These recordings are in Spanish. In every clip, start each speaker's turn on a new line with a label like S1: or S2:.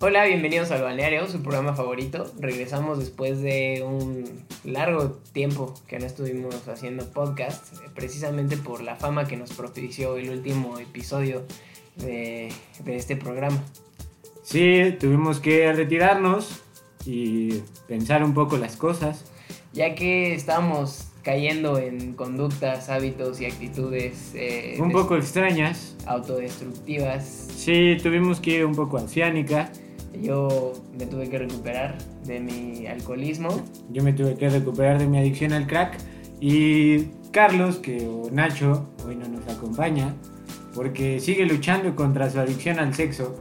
S1: Hola, bienvenidos al Balneario, su programa favorito. Regresamos después de un largo tiempo que no estuvimos haciendo podcast, eh, precisamente por la fama que nos propició el último episodio de, de este programa.
S2: Sí, tuvimos que retirarnos y pensar un poco las cosas.
S1: Ya que estábamos cayendo en conductas, hábitos y actitudes eh,
S2: Un
S1: des-
S2: poco extrañas.
S1: autodestructivas,
S2: Sí, tuvimos que ir un poco anciánica.
S1: yo me tuve que recuperar de mi alcoholismo.
S2: Yo me tuve que recuperar de mi adicción al crack. Y Carlos, que o Nacho, hoy no nos acompaña, porque sigue luchando contra su adicción al sexo.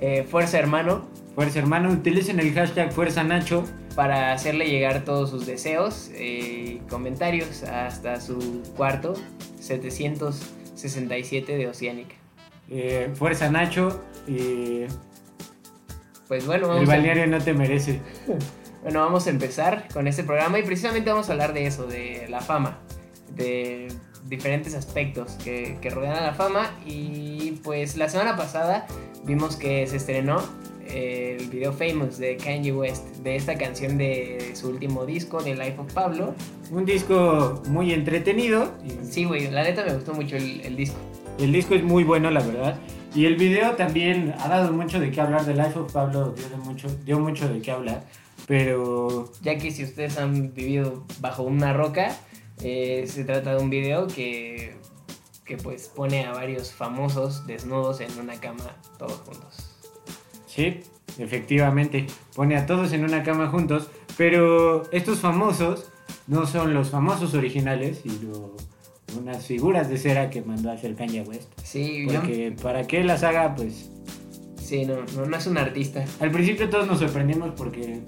S1: Eh, fuerza hermano,
S2: Fuerza hermano, utilicen el hashtag Fuerza Nacho.
S1: para hacerle llegar todos sus deseos eh, y comentarios hasta su cuarto 767 de Oceánica.
S2: eh, Fuerza Nacho. eh,
S1: Pues bueno
S2: el
S1: vamos, a,
S2: balneario no te merece.
S1: bueno, vamos a empezar con este programa y precisamente vamos a hablar de eso, de la fama, de diferentes aspectos que, que rodean a la fama y pues la semana pasada vimos que se estrenó eh, el video famous de Kanye West, de esta canción de su último disco, de Life of Pablo.
S2: Un disco muy entretenido. y
S1: Sí, güey, la neta me gustó mucho el- el disco.
S2: El disco es muy bueno, la verdad. Y el video también ha dado mucho de qué hablar. The Life of Pablo dio, de mucho, dio mucho de qué hablar. Pero
S1: ya que si ustedes han vivido bajo una roca, eh, se trata de un video que, que pues pone a varios famosos desnudos en una cama todos juntos.
S2: sí, efectivamente, pone a todos en una cama juntos. Pero estos famosos no son los famosos originales, sino unas figuras de cera que mandó a hacer Kanye West.
S1: Sí, yo-
S2: Porque para qué las haga, pues
S1: sí no, no, no es un artista.
S2: al principio todos nos sorprendimos porque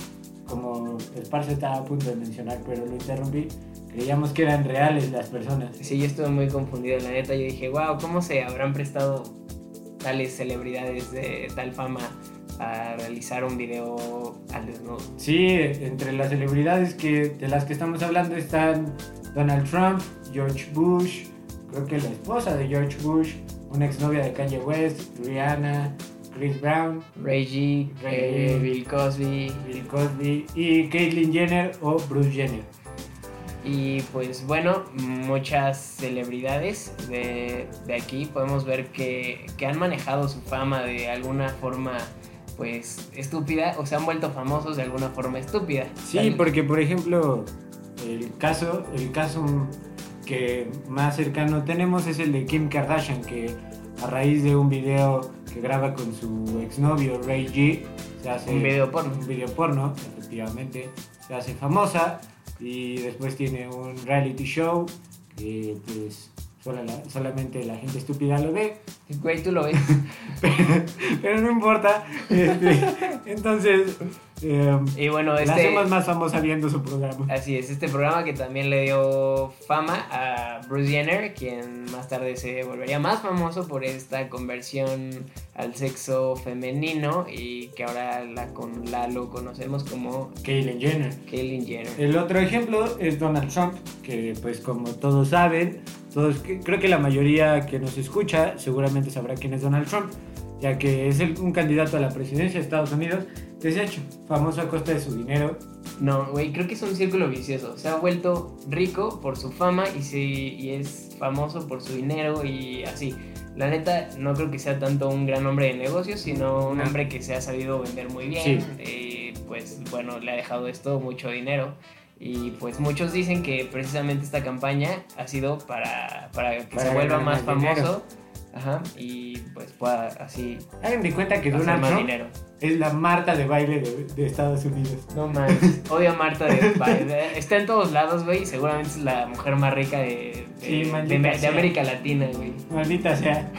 S2: como Esparce estaba a punto de mencionar, pero lo interrumpí, creíamos que eran reales las personas.
S1: Sí, yo estuve muy confundido, la neta. Yo dije, wow, ¿cómo se habrán prestado tales celebridades de tal fama a realizar un video al desnudo?
S2: Sí, entre las celebridades que, de las que estamos hablando están Donald Trump, George Bush, creo que la esposa de George Bush, una exnovia de Kanye West, Rihanna, Chris Brown,
S1: Reggie,
S2: Ray
S1: eh,
S2: J.
S1: Bill Cosby,
S2: Bill Cosby y Caitlyn Jenner o Bruce Jenner.
S1: Y pues bueno, muchas celebridades de, de aquí podemos ver que, que han manejado su fama de alguna forma pues estúpida o se han vuelto famosos de alguna forma estúpida.
S2: Sí,
S1: Tal-
S2: porque por ejemplo, el caso, el caso que más cercano tenemos es el de Kim Kardashian, que a raíz de un video que graba con su exnovio Ray G, se hace
S1: Un video porno.
S2: un video porno, efectivamente, se hace famosa y después tiene un reality show que pues sola- solamente la gente estúpida lo ve,
S1: Güey, tú lo ves.
S2: pero no importa. este, entonces, eh,
S1: Y bueno,
S2: la
S1: este...
S2: hacemos más famosa viendo su programa.
S1: Así es, este programa que también le dio fama a Bruce Jenner, quien más tarde se volvería más famoso por esta conversión al sexo femenino y que ahora la, con, la lo conocemos como
S2: Caitlyn Jenner.
S1: Caitlyn Jenner.
S2: El otro ejemplo es Donald Trump, que pues como todos saben, todos que- creo que la mayoría que nos escucha seguramente sabrá quién es Donald Trump, ya que es el- un candidato a la presidencia de Estados Unidos que se ha hecho famoso a costa de su dinero.
S1: No, güey, creo que es un círculo vicioso. Se ha vuelto rico por su fama y, sí, y es famoso por su dinero y así. La neta, no creo que sea tanto un gran hombre de negocios, sino un
S2: No.
S1: hombre que se ha sabido vender muy bien.
S2: Sí.
S1: Eh, pues bueno, le ha dejado esto mucho dinero. Y pues muchos dicen que precisamente esta campaña ha sido para, para que
S2: Para
S1: se vuelva
S2: ganar
S1: más
S2: más
S1: famoso.
S2: dinero.
S1: Ajá, y pues pueda así
S2: Hagan de cuenta que
S1: hacer
S2: Donald
S1: más
S2: Trump
S1: dinero.
S2: es la Marta de baile de, de Estados Unidos.
S1: No mames, odio a Marta de Baile. Está en todos lados, güey. y Seguramente es la mujer más rica de, de,
S2: Sí,
S1: de-
S2: maldita
S1: de
S2: sea.
S1: América Latina, güey.
S2: Maldita sea.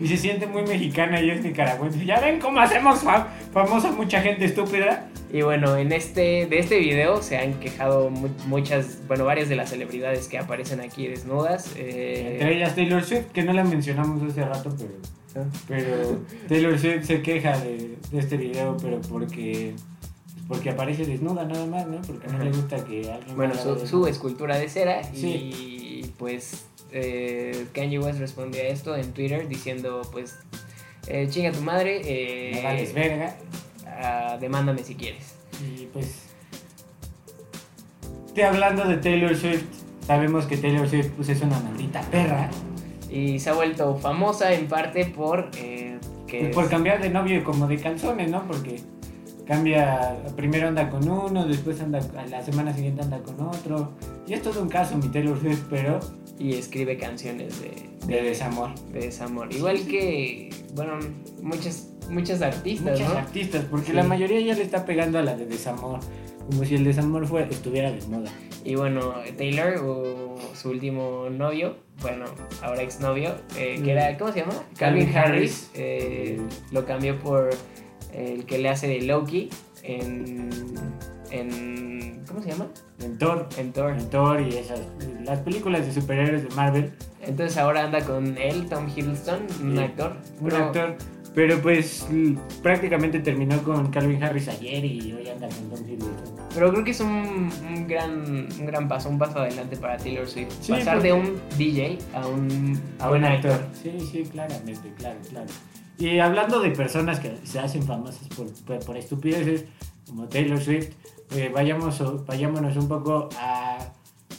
S2: Y se siente muy mexicana y es nicaragüense. Ya ven cómo hacemos fa- famosa mucha gente estúpida.
S1: Y bueno, en este, de este video se han quejado mu- muchas, bueno, varias de las celebridades que aparecen aquí desnudas. eh, Ah.
S2: Entre ellas Taylor Swift, que no la mencionamos hace rato, pero, pero Taylor Swift se queja de, de este video, pero porque, porque aparece desnuda nada más, ¿no? Porque no le gusta que alguien...
S1: bueno,
S2: la
S1: su,
S2: vea
S1: su
S2: desnuda.
S1: escultura de cera. Y
S2: Sí.
S1: pues eh, Kanye West respondió a esto en Twitter diciendo, pues, eh, chinga tu madre. eh,
S2: Me vales verga.
S1: a Demándame si quieres.
S2: Y pues. Te hablando de Taylor Swift, sabemos que Taylor Swift pues, es una maldita perra.
S1: Y se ha vuelto famosa en parte por. eh, que
S2: Pues Por
S1: es-
S2: cambiar de novio como de calzones, ¿no? Porque cambia, primero anda con uno, después anda, a la semana siguiente anda con otro. Y es todo un caso, mi Taylor Swift, pero
S1: y escribe canciones de,
S2: de desamor.
S1: de desamor. Igual que, bueno, muchas, muchas artistas,
S2: Muchos
S1: ¿no?
S2: artistas, porque
S1: Sí.
S2: la mayoría ya le está pegando a la de desamor. Como si el desamor fuera, estuviera de moda.
S1: Y bueno, Taylor, o su último novio, bueno, ahora exnovio, eh, que era, ¿cómo se llama?
S2: Mm. Calvin
S1: Calvin
S2: Harris.
S1: Harris,
S2: Mm.
S1: eh, lo cambió por el que le hace de Loki en, en ¿cómo se llama?
S2: En Thor,
S1: En Thor.
S2: en Thor y esas, las películas de superhéroes de Marvel,
S1: Entonces ahora anda con él, Tom Hiddleston, un
S2: Sí,
S1: actor.
S2: un
S1: Pero-
S2: actor. Pero pues l- prácticamente terminó con Calvin Harris ayer y hoy anda con Tom Hiddleston.
S1: Pero creo que es un, un gran, un gran paso, un paso adelante para Taylor Swift.
S2: Sí,
S1: Pasar de
S2: porque-
S1: un DJ a un,
S2: A un actor. Sí, sí, claramente, claro, claro. Y hablando de personas que se hacen famosas por, por- por estupideces, como Taylor Swift, eh, vayamos, o- vayámonos un poco a,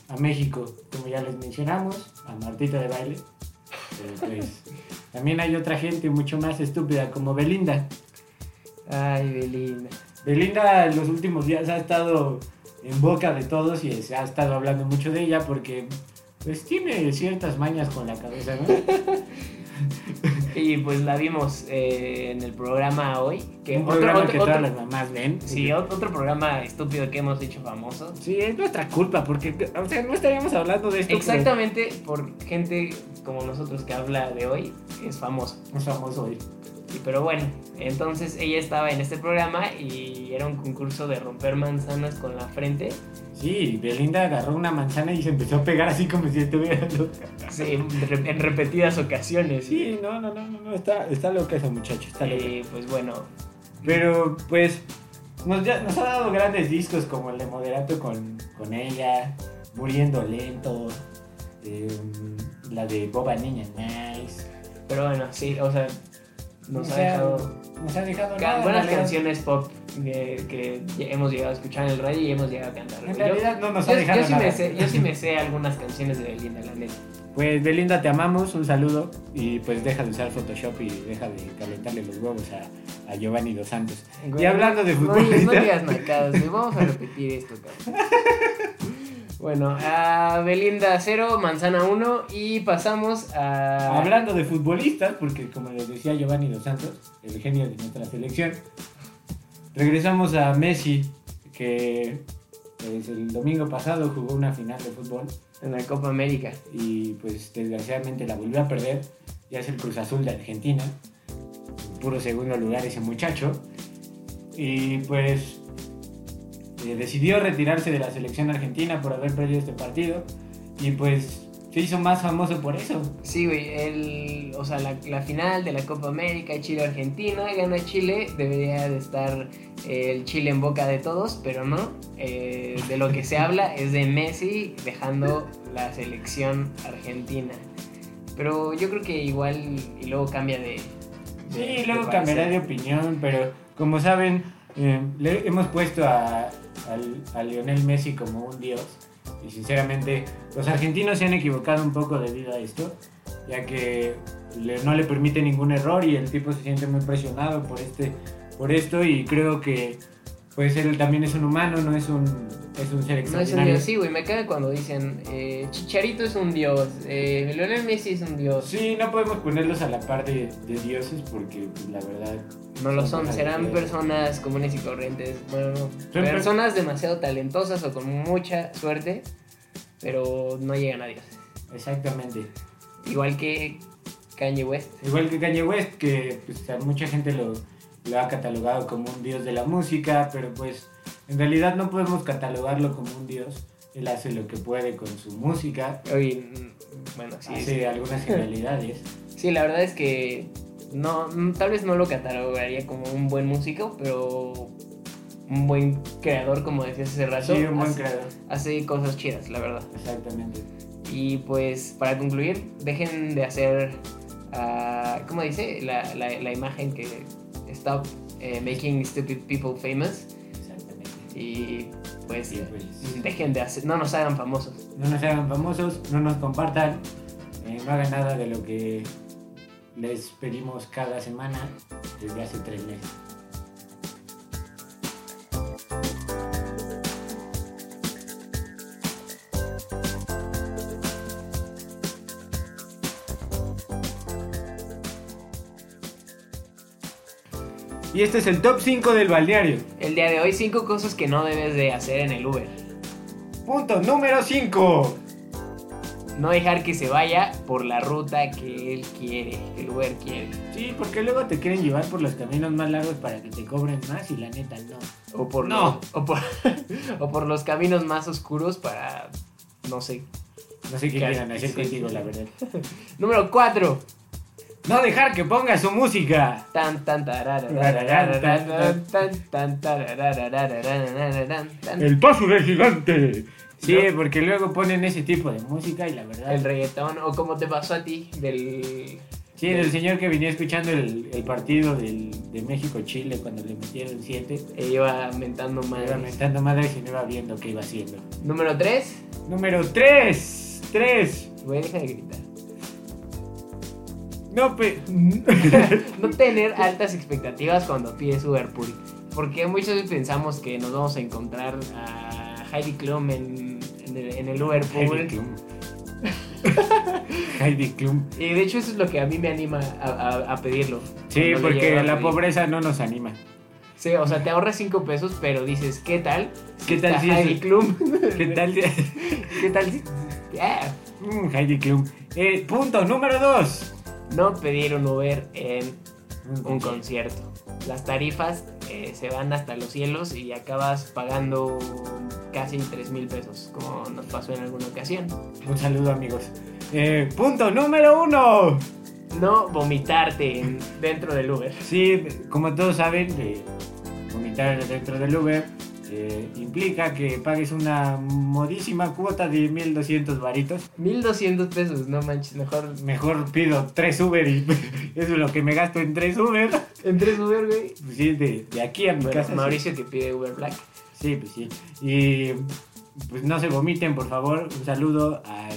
S2: a México, como ya les mencionamos, a Martita de Baile. Pero, pues, también hay otra gente mucho más estúpida, como Belinda.
S1: Ay, Belinda.
S2: Belinda en los últimos días ha estado en boca de todos y se ha estado hablando mucho de ella porque pues tiene ciertas mañas con la cabeza, ¿no?
S1: Y pues la vimos eh, en el programa hoy. Que
S2: un
S1: otro,
S2: programa
S1: otro-
S2: que
S1: otro-
S2: todas las mamás ven.
S1: sí, o- otro programa estúpido que hemos hecho famoso.
S2: Sí, es nuestra culpa porque, o sea, no estaríamos hablando de esto.
S1: Exactamente por gente como nosotros que habla de hoy, es famoso.
S2: pero es famoso hoy.
S1: Y pero bueno, entonces ella estaba en este programa y era un concurso de romper manzanas con la frente.
S2: Sí, Belinda agarró una manzana y se empezó a pegar así como si estuviera loca.
S1: Sí, en re- en repetidas ocasiones.
S2: Sí, no, no, no, no, no, está, está loca esa muchacha, está loca.
S1: Eh, pues bueno,
S2: Pero pues nos, ya- nos ha dado grandes discos como el de Moderato con, con ella, Muriendo Lento, eh, la de Boba Niña Nice.
S1: pero bueno, sí, o sea, nos
S2: O
S1: ha
S2: sea,
S1: dejado
S2: Nos ha dejado
S1: ca-
S2: nada,
S1: buenas
S2: en realidad.
S1: canciones pop eh, que, hemos llegado a escuchar en el radio y hemos llegado a cantar.
S2: En realidad no nos ha
S1: yo,
S2: dejado
S1: yo sí
S2: nada.
S1: me sé, yo sí me sé algunas canciones de Belinda, la neta.
S2: Pues Belinda, te amamos, un saludo y pues deja de usar Photoshop y deja de calentarle los huevos a, a Giovanni Dos Santos. Y hablando de
S1: No,
S2: futbolistas.
S1: No, digas nacadas, güey, vamos a repetir esto, cabrón. Bueno, a Belinda 0, Manzana 1 y pasamos a...
S2: Hablando de futbolistas, porque como les decía Giovanni Dos Santos, el genio de nuestra selección, regresamos a Messi, que pues, el domingo pasado jugó una final de fútbol
S1: En la Copa América.
S2: y pues desgraciadamente la volvió a perder, ya es el Cruz Azul de Argentina, puro segundo lugar ese muchacho, y pues eh, decidió retirarse de la selección argentina por haber perdido este partido y pues se hizo más famoso por eso.
S1: Sí, güey, el, o sea, la, la final de la Copa América, Chile-Argentina, gana Chile, debería de estar eh, el Chile en boca de todos, pero no. Eh, de lo que se habla es de Messi dejando la selección argentina. Pero yo creo que igual y luego cambia de...
S2: Sí,
S1: de- ¿eh?
S2: y luego
S1: de
S2: cambiará de
S1: parecer.
S2: opinión, pero como saben, eh, le hemos puesto a, al- a Lionel Messi como un dios. Y sinceramente, los argentinos se han equivocado un poco debido a esto, ya que le- no le permite ningún error y el tipo se siente muy presionado por, este, por esto. Y creo que pues él también es un humano, no es un, es
S1: No
S2: un ser
S1: es un
S2: extraordinario.
S1: dios, sí, güey, me caga cuando dicen eh, Chicharito es un dios, eh, Lionel Messi es un dios.
S2: Sí, no podemos ponerlos a la par de, de dioses porque pues, la verdad
S1: No lo son,
S2: Son personas
S1: serán
S2: diferentes.
S1: personas comunes y corrientes, bueno, no,
S2: per-
S1: personas demasiado talentosas o con mucha suerte, pero no llegan a Dios.
S2: exactamente
S1: Igual que Kanye West.
S2: Igual que Kanye West, que pues, a mucha gente lo, lo ha catalogado como un dios de la música, pero pues en realidad no podemos catalogarlo como un dios. Él hace lo que puede con su música,
S1: Oye, mm, bueno, sí,
S2: hace algunas genialidades.
S1: sí, la verdad es que no, mm, tal vez no lo catalogaría como un buen músico, pero un buen creador, como decías hace rato,
S2: Sí, un buen
S1: hace-
S2: creador,
S1: hace cosas chidas, la verdad.
S2: exactamente.
S1: Y pues para concluir, dejen de hacer, ah, ¿cómo dice? La, la- la imagen que es Stop eh, Making Stupid People Famous.
S2: Exactamente.
S1: Y pues,
S2: Sí, pues.
S1: dejen de hacer, no nos hagan famosos.
S2: No nos hagan famosos, no nos compartan, eh, no hagan nada de lo que les pedimos cada semana desde hace tres meses. Y este es el top 5 del balneario.
S1: El día de hoy, cinco cosas que no debes de hacer en el Uber.
S2: Punto número 5.
S1: No dejar que se vaya por la ruta que él quiere, que el Uber quiere.
S2: Sí, porque luego te quieren llevar por los caminos más largos para que te cobren más y la neta no.
S1: O por,
S2: No.
S1: los- o por, o por los caminos más oscuros para, no sé.
S2: No sé qué
S1: Claro,
S2: quieran hacer
S1: sí.
S2: contigo, la verdad.
S1: Número 4.
S2: No dejar que ponga su música.
S1: Tan tan
S2: Tararán,
S1: tararararararán,
S2: tan,
S1: tan tan tararararararararán, tan.
S2: paso del gigante. Sí,
S1: ¿No?
S2: porque luego ponen ese tipo de música y la verdad.
S1: El reggaetón, o como te pasó a ti, del.
S2: sí, el señor que venía escuchando el, el partido del- de México-Chile cuando le metieron 7.
S1: que iba mentando
S2: Iba
S1: mal.
S2: mentando madre y no iba viendo qué iba haciendo.
S1: Número 3.
S2: Número 3. 3.
S1: Güey, deja de gritar.
S2: No, pe...
S1: No tener altas expectativas cuando pides Uber Pool. Porque muchas veces pensamos que nos vamos a encontrar a Heidi Klum en, en el, en el Uber
S2: Heidi
S1: Pool.
S2: Klum. Heidi Klum.
S1: Y de hecho, eso es lo que a mí me anima a, a- a pedirlo. Cuando lo
S2: Sí,
S1: llego
S2: porque
S1: a
S2: la
S1: pedir.
S2: pobreza no nos anima.
S1: Sí, o sea, te ahorras 5 pesos, pero dices, ¿qué tal?
S2: ¿Qué tal
S1: está
S2: si es-
S1: Heidi Klum?
S2: ¿Qué tal?
S1: ¿Qué tal si.? Ah,
S2: Mm, Heidi Klum. Eh, punto número dos.
S1: no pedir un Uber en un
S2: concierto.
S1: concierto. Las tarifas eh, se van hasta los cielos y acabas pagando casi 3 mil pesos, como nos pasó en alguna ocasión.
S2: Un saludo, amigos. Eh, punto número uno.
S1: No vomitarte en- dentro del Uber.
S2: Sí, como todos saben, eh, vomitar dentro del Uber eh, implica que pagues una modísima cuota de 1200 varitos.
S1: 1200 pesos, no manches, mejor.
S2: Mejor pido tres Uber y eso es lo que me gasto en tres Uber.
S1: En tres Uber, güey.
S2: Pues sí, de, de aquí a mi
S1: Bueno,
S2: casa. sí.
S1: Mauricio que pide Uber Black.
S2: Sí, pues sí. Y pues no se vomiten, por favor. Un saludo a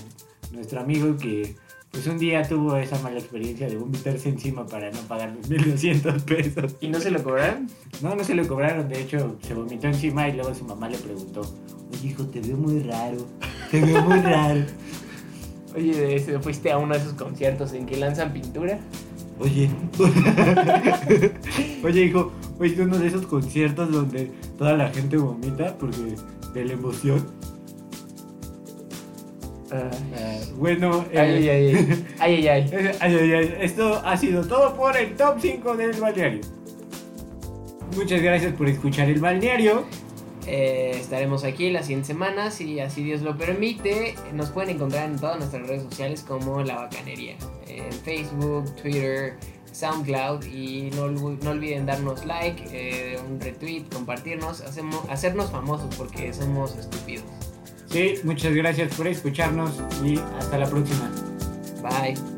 S2: nuestro amigo que pues un día tuvo esa mala experiencia de vomitarse encima para no pagar los 1.200 pesos.
S1: ¿Y no se lo cobraron?
S2: No, no se lo cobraron. De hecho, se vomitó encima y luego su mamá le preguntó. Oye, hijo, te veo muy raro. Te veo muy raro.
S1: Oye, ¿se- ¿fuiste a uno de esos conciertos en que lanzan pintura?
S2: Oye. Oye, hijo, oíste uno de esos conciertos donde toda la gente vomita porque de la emoción. Ah, bueno, eh,
S1: Ay, ay, ay. Ay, ay, ay.
S2: Ay, ay, ay, Esto ha sido todo por el top 5 del balneario. Muchas gracias por escuchar el balneario.
S1: Eh, estaremos aquí las 100 semanas y así Dios lo permite. Nos pueden encontrar en todas nuestras redes sociales como La Bacanería. En Facebook, Twitter, SoundCloud. Y no, ol- no olviden darnos like, eh, un retweet, compartirnos, hacemos, hacernos famosos porque somos estúpidos.
S2: Sí, muchas gracias por escucharnos y hasta la próxima.
S1: Bye.